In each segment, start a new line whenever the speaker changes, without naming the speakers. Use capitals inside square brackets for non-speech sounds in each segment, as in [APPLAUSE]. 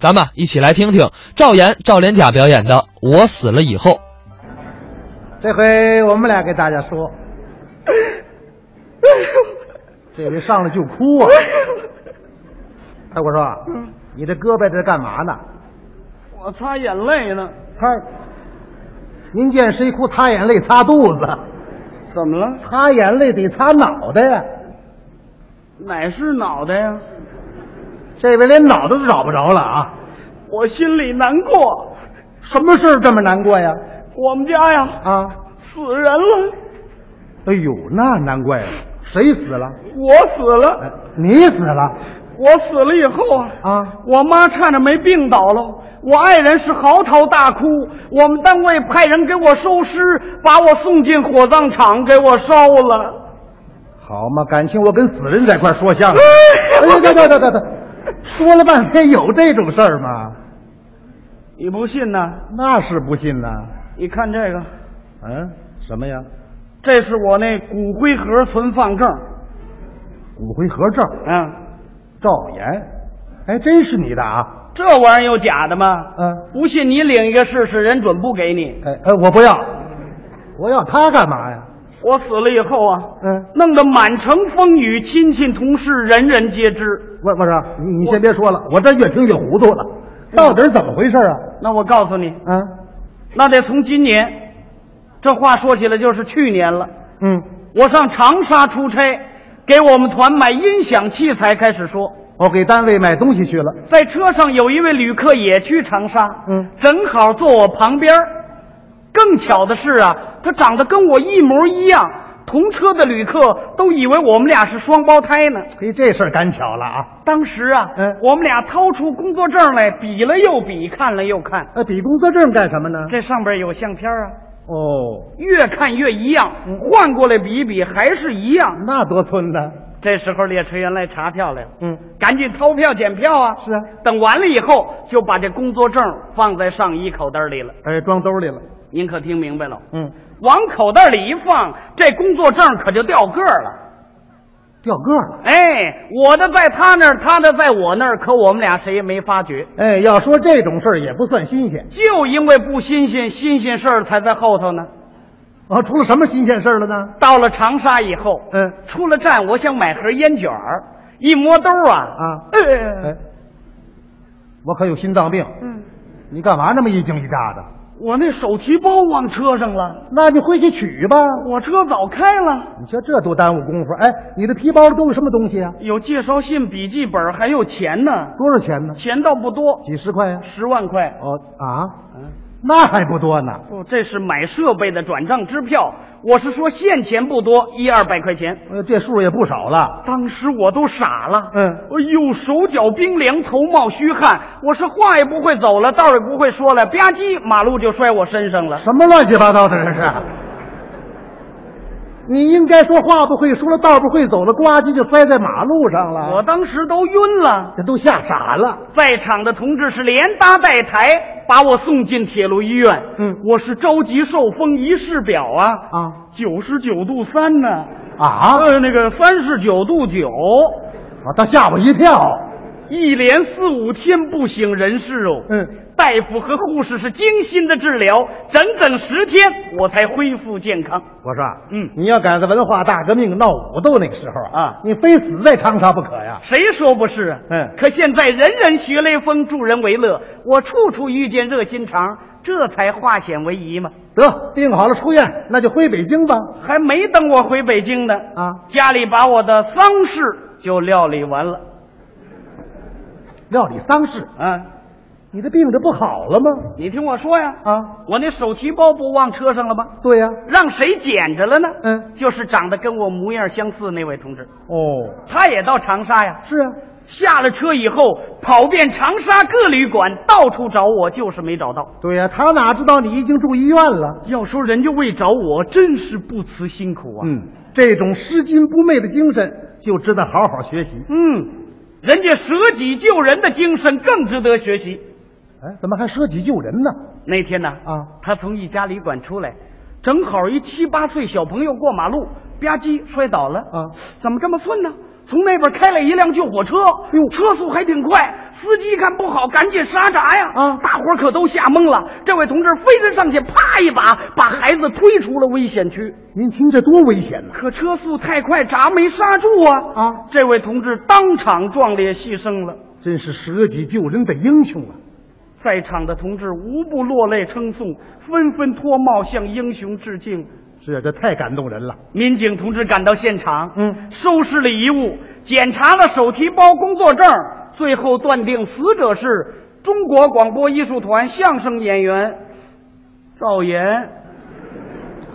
咱们一起来听听赵岩、赵连甲表演的《我死了以后》。
这回我们俩给大家说，这回上来就哭啊！哎，我说啊，你这胳膊在干嘛呢？
我擦眼泪呢，
擦，您见谁哭擦眼泪擦肚子，
怎么了？
擦眼泪得擦脑袋呀、
哪是脑袋呀？
这回连脑袋都找不着了啊！
我心里难过，
什么事儿这么难过呀？
我们家呀
啊，
死人了，
哎呦，那难怪了，谁死了？
我死
哎
了，
你死了
我死了以后啊，
啊？
我妈差点没病倒了。我爱人是嚎啕大哭，我们单位派人给我收尸，把我送进火葬场给我烧了。
好嘛，感情我跟死人在一块儿说相声。哎
哎
呀，等等等等等，说了半天有这种事儿吗？
你不信呐？
那是不信呐。
你看这个，
嗯，什么呀？
这是我那骨灰盒存放证
骨灰盒照，
啊，
赵岩，哎，真是你的啊？
这玩意儿有假的吗？
嗯，
不信你领一个试试，人准不给你。
哎哎，我不要，我要它干嘛呀？
我死了以后啊，
嗯，
弄得满城风雨，亲戚同事人人皆知。
我我说你你先别说了，我这越听越糊涂了，到底是怎么回事啊？
那我告诉你，
啊，
那得从今年，这话说起来就是去年了。
嗯，
我上长沙出差，给我们团买音响器材开始说。
我给单位买东西去了。
在车上有一位旅客也去长沙，
嗯
正好坐我旁边儿。更巧的是啊，他长得跟我一模一样，同车的旅客都以为我们俩是双胞胎呢。
嘿，这事儿赶巧了啊！
当时啊，
嗯
我们俩掏出工作证来，比了又比，看了又看，
呃，比工作证干什么呢？
这上边有相片啊，
哦，
越看越一样，
嗯
换过来比一比还是一样。
那多村呢。
这时候列车员来查票来了，
嗯，
赶紧掏票检票啊！
是啊
等完了以后就把这工作证放在上衣口袋里了。
哎，装兜里了。
您可听明白了？
嗯，
往口袋里一放，这工作证可就掉个儿了。
掉个儿了。
哎，我的在他那儿，他的在我那儿，可我们俩谁也没发觉。
哎，要说这种事儿也不算新鲜
就因为不新鲜，新鲜事儿才在后头呢。
啊。出了什么新鲜事儿了呢？
到了长沙以后，
嗯，
出了站，我想买盒烟卷儿，一摸兜啊
啊
呃
哎，我可有心脏病。
嗯，
你干嘛那么一惊一乍的？
我那手提包忘车上了，
那你回去取吧。
我车早开了，
你瞧这多耽误功夫。哎，你的皮包里都有什么东西啊？
有介绍信、笔记本，还有钱呢，
多少钱呢？
钱倒不多，
几十块呀、
十万块。
哦啊，那还不多呢。
不，这是买设备的转账支票，我是说现钱不多，一二百块钱。
呃，这数也不少了。
当时我都傻了，
嗯
哎呦，手脚冰凉，头冒虚汗，我是话也不会走了，道也不会说了，吧唧，马路就摔我身上了。
什么乱七八糟的这是？你应该说话不会说了，道不会走了，呱唧就摔在马路上了。
我当时都晕了，
这都吓傻了。
在场的同志是连搭带抬把我送进铁路医院。
嗯
我是着急受风仪式表啊
啊，
九十九度三呢
啊！
呃，那个三十九度九，
啊，他吓我一跳。
一连四五天不省人事哦。
嗯，
大夫和护士是精心的治疗，整整十天我才恢复健康。
我说啊，
嗯
你要赶在文化大革命闹武斗那个时候
啊
你非死在长沙不可呀。
谁说不是啊？
嗯
可现在人人学雷锋，助人为乐，我处处遇见热心肠，这才化险为夷嘛。
得定好了出院，那就回北京吧。
还没等我回北京呢，
啊，
家里把我的丧事就料理完了。
料理丧事，
啊，
你的病这不好了吗？
你听我说呀，
啊，
我那手提包不忘车上了吗？
对呀、
让谁捡着了呢？
嗯，
就是长得跟我模样相似那位同志，
哦，
他也到长沙呀。
是啊，
下了车以后，跑遍长沙各旅馆，到处找我，就是没找到。
对呀、他哪知道你已经住医院了？
要说人家为找我，真是不辞辛苦啊。
嗯，这种拾金不昧的精神，就值得好好学习。
嗯，人家舍己救人的精神更值得学习。
哎，怎么还舍己救人呢？
那天呢，
啊，
他从一家旅馆出来，正好一七八岁小朋友过马路，吧唧摔倒了。
啊，
怎么这么寸呢？从那边开来一辆救火车，车速还挺快，司机一看不好，赶紧刹闸呀！
啊
大伙儿可都吓懵了。这位同志飞身上去，啪一把把孩子推出了危险区。
您听这多危险呐、
可车速太快，闸没刹住啊！
啊
这位同志当场壮烈牺牲了。
真是舍己救人的英雄啊！
在场的同志无不落泪称颂，纷纷脱帽向英雄致敬。
是啊，这太感动人了。
民警同志赶到现场，
嗯
收拾了遗物，检查了手提包、工作证，最后断定死者是中国广播艺术团相声演员赵岩。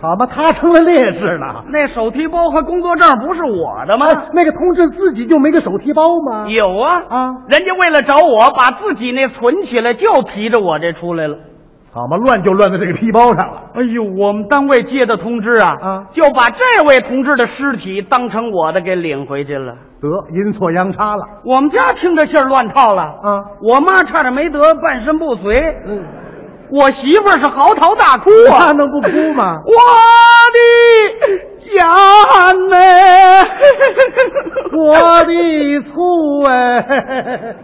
好嘛，他成了烈士了。
那手提包和工作证不是我的吗？
哎那个同志自己就没个手提包吗？
有啊，
啊
人家为了找我，把自己那存起来，就提着我这出来了。
好嘛，乱就乱在这个皮包上了。
哎呦，我们单位接的通知啊，
啊
就把这位同志的尸体当成我的给领回去了。
得，阴错阳差了。
我们家听这信儿乱套了
啊
我妈差点没得半身不遂，
嗯，
我媳妇儿是嚎啕大哭
那
啊，
能不哭吗？
我的家呢？ [LAUGHS]
我的醋哎，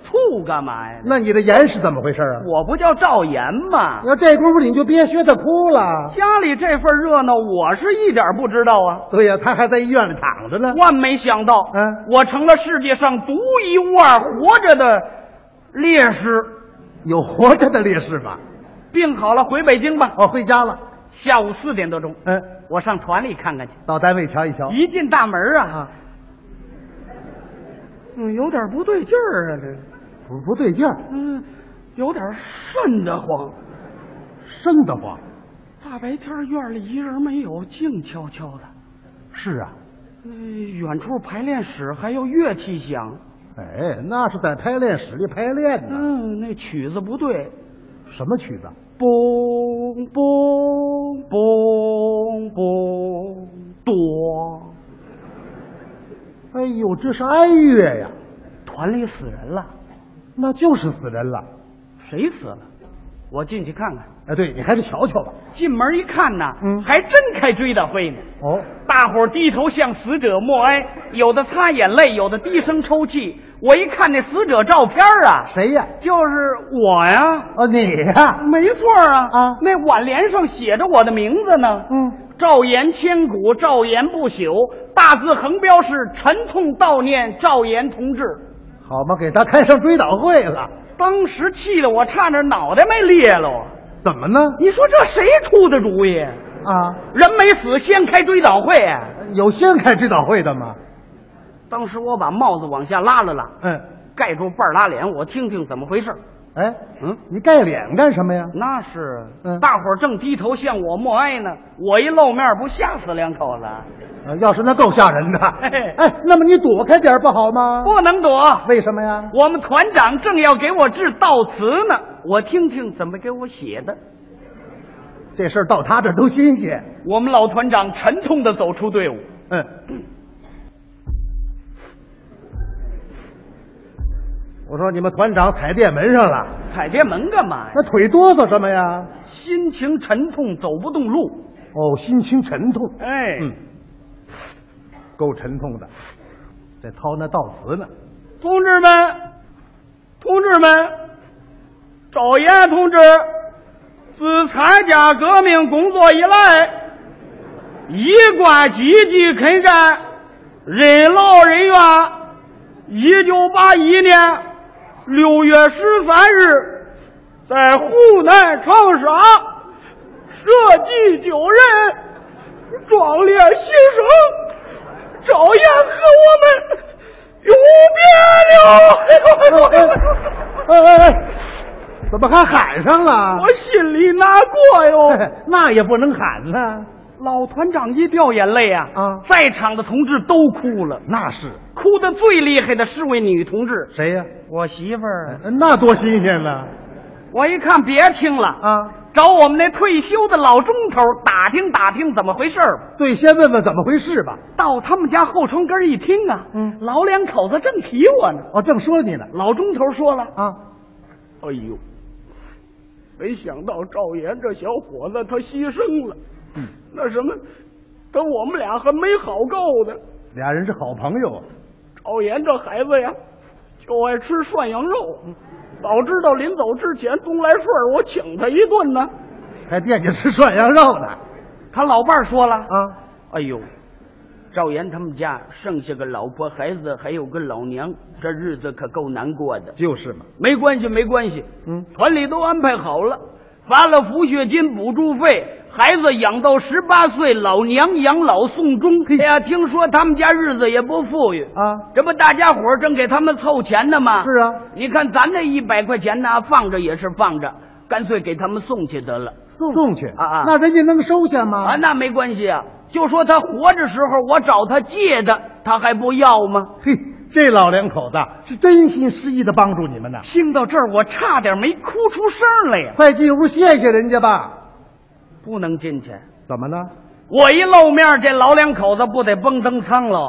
醋干嘛呀？
[LAUGHS] 那你的盐是怎么回事啊？
我不叫赵岩吗？
要这功夫你就别学他哭了。
家里这份热闹，我是一点儿不知道啊。
对呀、他还在医院里躺着呢。
万没想到，
嗯
我成了世界上独一无二活着的烈士。
有活着的烈士吧？
病好了，回北京吧。
哦，回家了。
下午四点多钟，
嗯，
我上团里看看去。
到单位瞧一瞧。
一进大门啊
啊，，
嗯，有点不对劲儿啊，这，
不不对劲儿，
嗯，有点瘆得慌。
瘆得慌。
大白天院里一人没有，静悄悄的。
是啊，
呃，远处排练室还有乐器响，
哎，那是在排练室里排练呢。
嗯，那曲子不对，
什么曲子？
嘣嘣嘣嘣，多！
哎呦，这是哀乐呀，
团里死人了，
那就是死人了。
谁死了？我进去看看。
哎，对你还是瞧瞧吧。
进门一看呐，
嗯
还真开追悼会呢。
哦，
大伙儿低头向死者默哀，有的擦眼泪，有的低声抽泣。我一看那死者照片啊，
谁呀？
就是我呀，
哦，你呀。
没错啊
啊
那挽联上写着我的名字呢。
嗯，
赵岩千古，赵岩不朽。大字横标是沉痛悼念赵岩同志。
好嘛，给他开上追悼会了。
当时气得我差点脑袋没裂了。
怎么呢？
你说这谁出的主意？
啊，
人没死，先开追悼会啊！
有先开追悼会的吗？
当时我把帽子往下拉了拉，
嗯，
盖住半拉脸，我听听怎么回事。
哎，
嗯，
你盖脸干什么呀？
那是，
嗯
大伙儿正低头向我默哀呢，我一露面，不吓死两口子？
呃要是那够吓人的。
嘿嘿
哎，那么你躲开点儿不好吗？
不能躲，
为什么呀？
我们团长正要给我致悼词呢，我听听怎么给我写的。
这事儿到他这儿都新鲜。
我们老团长沉痛的走出队伍，
嗯，我说你们团长踩电门上了，
踩电门干嘛呀？
那腿哆嗦什么呀？
心情沉痛，走不动路。
哦，心情沉痛。
哎
嗯，够沉痛的，在操那悼词呢。
同志们，同志们，赵岩同志自参加革命工作以来，一贯积极奋战，任劳任怨。一九八一年六月十三日，在湖南长沙舍己救人，壮烈牺牲。赵岩和我们永别了。 [LAUGHS]
哎哎哎，怎么还喊上了
我？心里难过 [LAUGHS] 哟。
那也不能喊呢。
老团长一掉眼泪啊，
啊
在场的同志都哭了，
那是
哭的最厉害的是位女同志，
谁呀、
我媳妇儿。
那多新鲜呢！
我一看，别听了啊，
啊，
找我们那退休的老钟头打听打听怎么回事儿吧。
对，先问问怎么回事吧。
到他们家后城根儿一听啊，
嗯
老两口子正提我呢，
哦，正说你呢。
老钟头说了，
啊，
哎呦，没想到赵岩这小伙嗯子他牺牲了，那什么，等我们俩还没好够呢，
俩人是好朋友，
赵岩这孩子呀，就爱吃涮羊肉。早知道临走之前东来顺儿我请他一顿呢。
还惦记吃涮羊肉呢。
他老伴儿说了
啊，
哎呦，赵岩他们家剩下个老婆孩子，还有个老娘，这日子可够难过的。
就是嘛，
没关系，没关系，
嗯
团里都安排好了，发了抚恤金、补助费，孩子养到十八岁，老娘养老送终。哎呀，听说他们家日子也不富裕
啊
这不大家伙儿正给他们凑钱呢吗？
是啊
你看咱那一百块钱呢，放着也是放着，干脆给他们送去得了。
送送去
啊啊
那人家能收下吗？
啊，那没关系啊，就说他活着时候我找他借的，他还不要吗？
嘿，这老两口子是真心实意的帮助你们呢。
听到这儿，我差点没哭出声来呀！
快进屋谢谢人家吧。
不能进去。
怎么呢？
我一露面，这老两口子不得蹦登舱喽？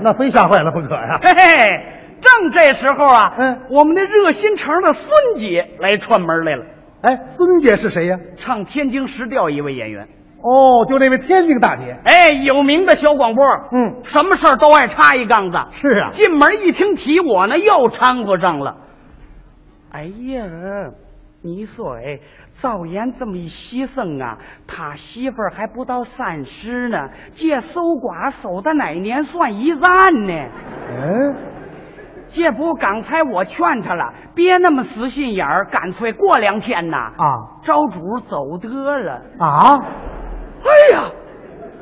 那非吓坏了不可呀、
嘿嘿，正这时候啊，
嗯
我们那热心肠的孙姐来串门来了，
哎，孙姐是谁呀、
唱天津时调一位演员，
哦，就那位天津大姐。
哎，有名的小广播，
嗯，
什么事儿都爱插一杠子。
是啊
进门一听提我呢，又掺和上了。哎呀，你说哎，赵岩这么一牺牲啊，他媳妇儿还不到三十呢，这守寡守到哪年算一战呢？
嗯，
这不，刚才我劝他了，别那么死心眼儿，干脆过两天呐，
啊
招主走得了。
啊，
哎呀，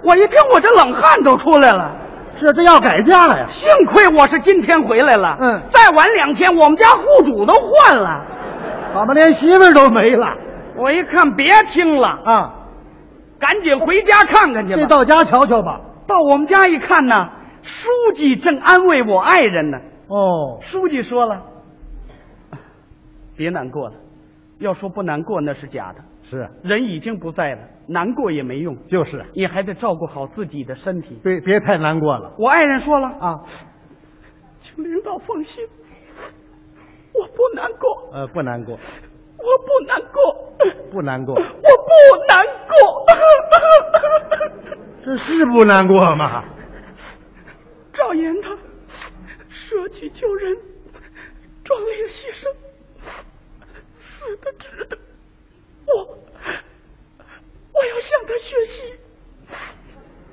我一听我这冷汗都出来了。
这这要改嫁了呀？
幸亏我是今天回来了，
嗯
再晚两天我们家户主都换了。
怎么连媳妇儿都没了
我一看，别听了，
啊？
赶紧回家看看去吧。
这到家瞧瞧吧。
到我们家一看呢，书记正安慰我爱人呢。
哦，
书记说了，别难过了，要说不难过那是假的，
是，
人已经不在了，难过也没用，
就是，
你还得照顾好自己的身体。
别别太难过了
我爱人说了，
啊。
请领导放心，我不难过，
呃，不难过，
我不难过。
不难过
我，不难过。
这是不难过吗？
赵岩他舍己救人，壮烈牺牲，死的值得。我我要向他学习，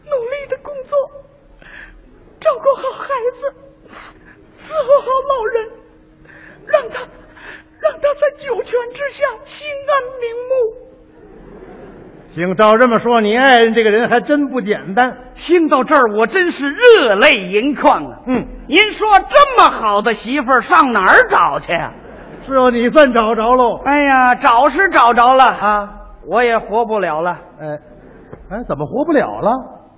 努力的工作，照顾好孩子，伺候好老人，让他让他在九泉之下心安瞑目。
行，照这么说，你爱人这个人还真不简单。
听到这儿，我真是热泪盈眶啊！
嗯，
您说这么好的媳妇儿上哪儿找去啊呀、
是哦，你算找着喽。
哎呀，找是找着了
啊，
我也活不了了。
哎，哎，怎么活不了了？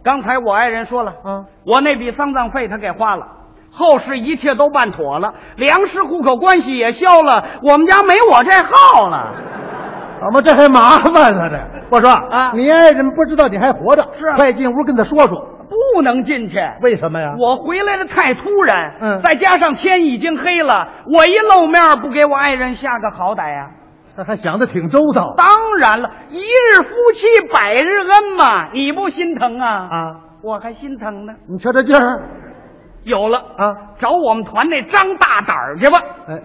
刚才我爱人说了，
啊，
我那笔丧葬费他给花了，后事一切都办妥了，粮食户口关系也消了，我们家没我这号了。
怎么这还麻烦了这？我说
啊
你爱人不知道你还活着，
是啊
快进屋跟他说说，
不能进去，
为什么呀？
我回来的太突然，
嗯
再加上天已经黑了，我一露面不给我爱人下个好歹呀、啊
他还想的挺周到
当然了，一日夫妻百日恩嘛，你不心疼啊？，
啊！
我还心疼呢。
你瞧这劲儿
有了，
啊！
找我们团那张大胆儿去吧，
哎，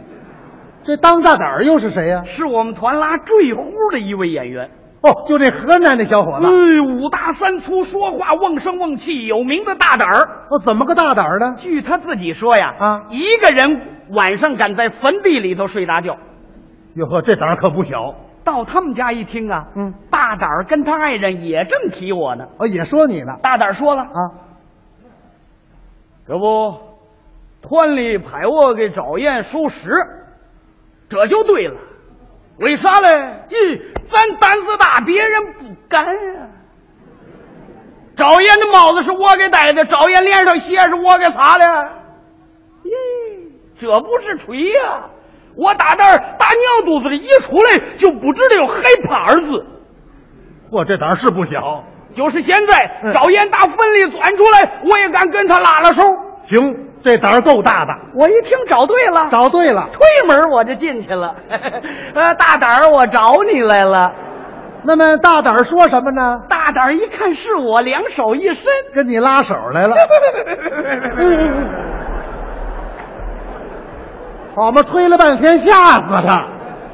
这当大胆儿又是谁呀、
是我们团拉坠呼的一位演员。
哦，就这河南那小伙子。
哎，五大三粗，说话瓮声瓮气，有名的大胆儿。
哦，怎么个大胆儿呢？
据他自己说呀，
啊
一个人晚上敢在坟地里头睡大觉。
哟呵，这胆儿可不小。
到他们家一听啊，
嗯，
大胆儿跟他爱人也正提我呢。
哦，也说你呢
大胆儿说了，
啊！
这不，团里派我给赵岩收尸，这就对了。为啥嘞？咦，咱胆子大，别人不敢啊呀、赵岩的帽子是我给戴的，赵岩脸上血是我给擦的。咦，这不是吹呀、我打那儿打娘肚子里一出来，就不知道有害怕二字。
嚯，这胆儿是不小。
就是现在，
嗯
赵岩打坟里钻出来，我也敢跟他拉拉手。
行，这胆儿够大的，
我一听找对了，
找对了。
[LAUGHS] 推门我就进去了。呃，大胆儿，我找你来了。
那么大胆儿说什么呢？
大胆儿一看是我，两手一伸，
跟你拉手来了，好嘛，推了半天，吓死他！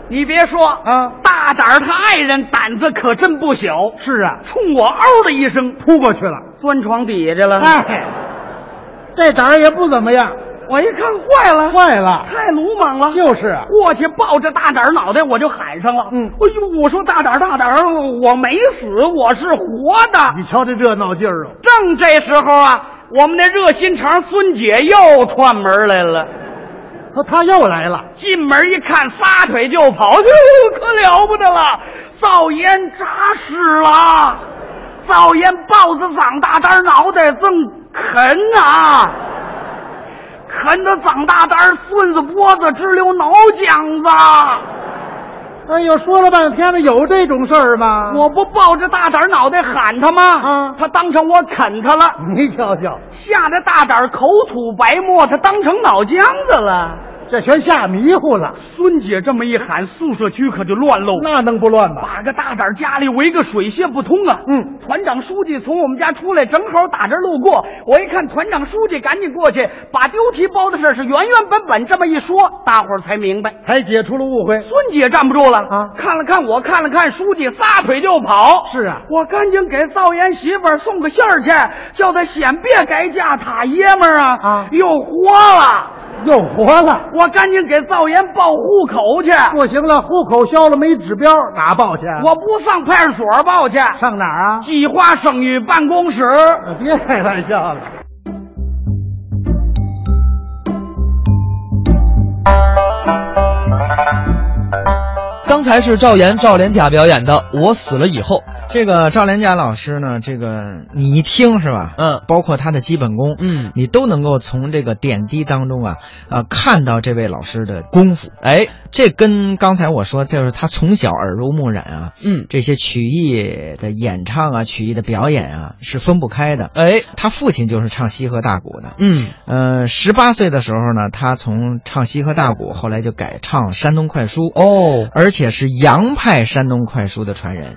你别说
啊
大胆儿他爱人胆子可真不小，
是啊，
冲我嗷的一声
扑过去了。
钻床底下去了。
哎，这胆儿也不怎么样，
我一看坏了，
坏了，
太鲁莽了，
就是啊，
过去抱着大胆儿脑袋我就喊上了。
嗯
哎呦，我说大胆儿大胆儿，我没死，我是活的。
你瞧这热闹劲儿啊！
正这时候啊，我们那热心肠孙姐又串门来了。
他他又来了，
进门一看，撒腿就跑，呦，可了不得了！灶烟扎死了，灶烟抱着长大单脑袋正啃啊，啃的长大单顺着脖子直流脑浆子。
哎呦，说了半天了，有这种事儿吗？
我不抱着大胆脑袋喊他吗？
啊
他当成我啃他了，
你瞧瞧，
吓得大胆口吐白沫，他当成脑浆子了。
这全吓迷糊了，
孙姐这么一喊，宿舍区可就乱喽。
那能不乱吗？
把个大胆家里围个水泄不通啊！
嗯，
团长书记从我们家出来，正好打这儿路过，我一看团长书记，赶紧过去把丢提包的事儿是原原本本这么一说，大伙儿才明白。
才解除了误会。
孙姐站不住了
啊
看了看我，看了看书记，撒腿就跑。
是啊
我赶紧给赵岩媳妇儿送个信儿去，叫她先别改嫁他爷们儿啊！
啊
又活了。
又活了。
我赶紧给赵岩报户口去，
不行了，户口销了没指标，哪报去啊？
我不上派出所报去，
上哪儿啊？
计划生育办公室。
[LAUGHS] 别开玩笑了。
刚才是赵岩、赵连甲表演的《我死了以后》。
这个赵连甲老师呢，这个你一听是吧？
嗯
包括他的基本功，
嗯
你都能够从这个点滴当中啊，呃，看到这位老师的功夫。
哎，
这跟刚才我说，就是他从小耳濡目染啊，
嗯，
这些曲艺的演唱啊、曲艺的表演啊是分不开的。
哎，
他父亲就是唱西河大鼓的。
嗯，
呃，十八岁的时候呢，他从唱西河大鼓，后来就改唱山东快书，
哦，
而且是洋派山东快书的传人。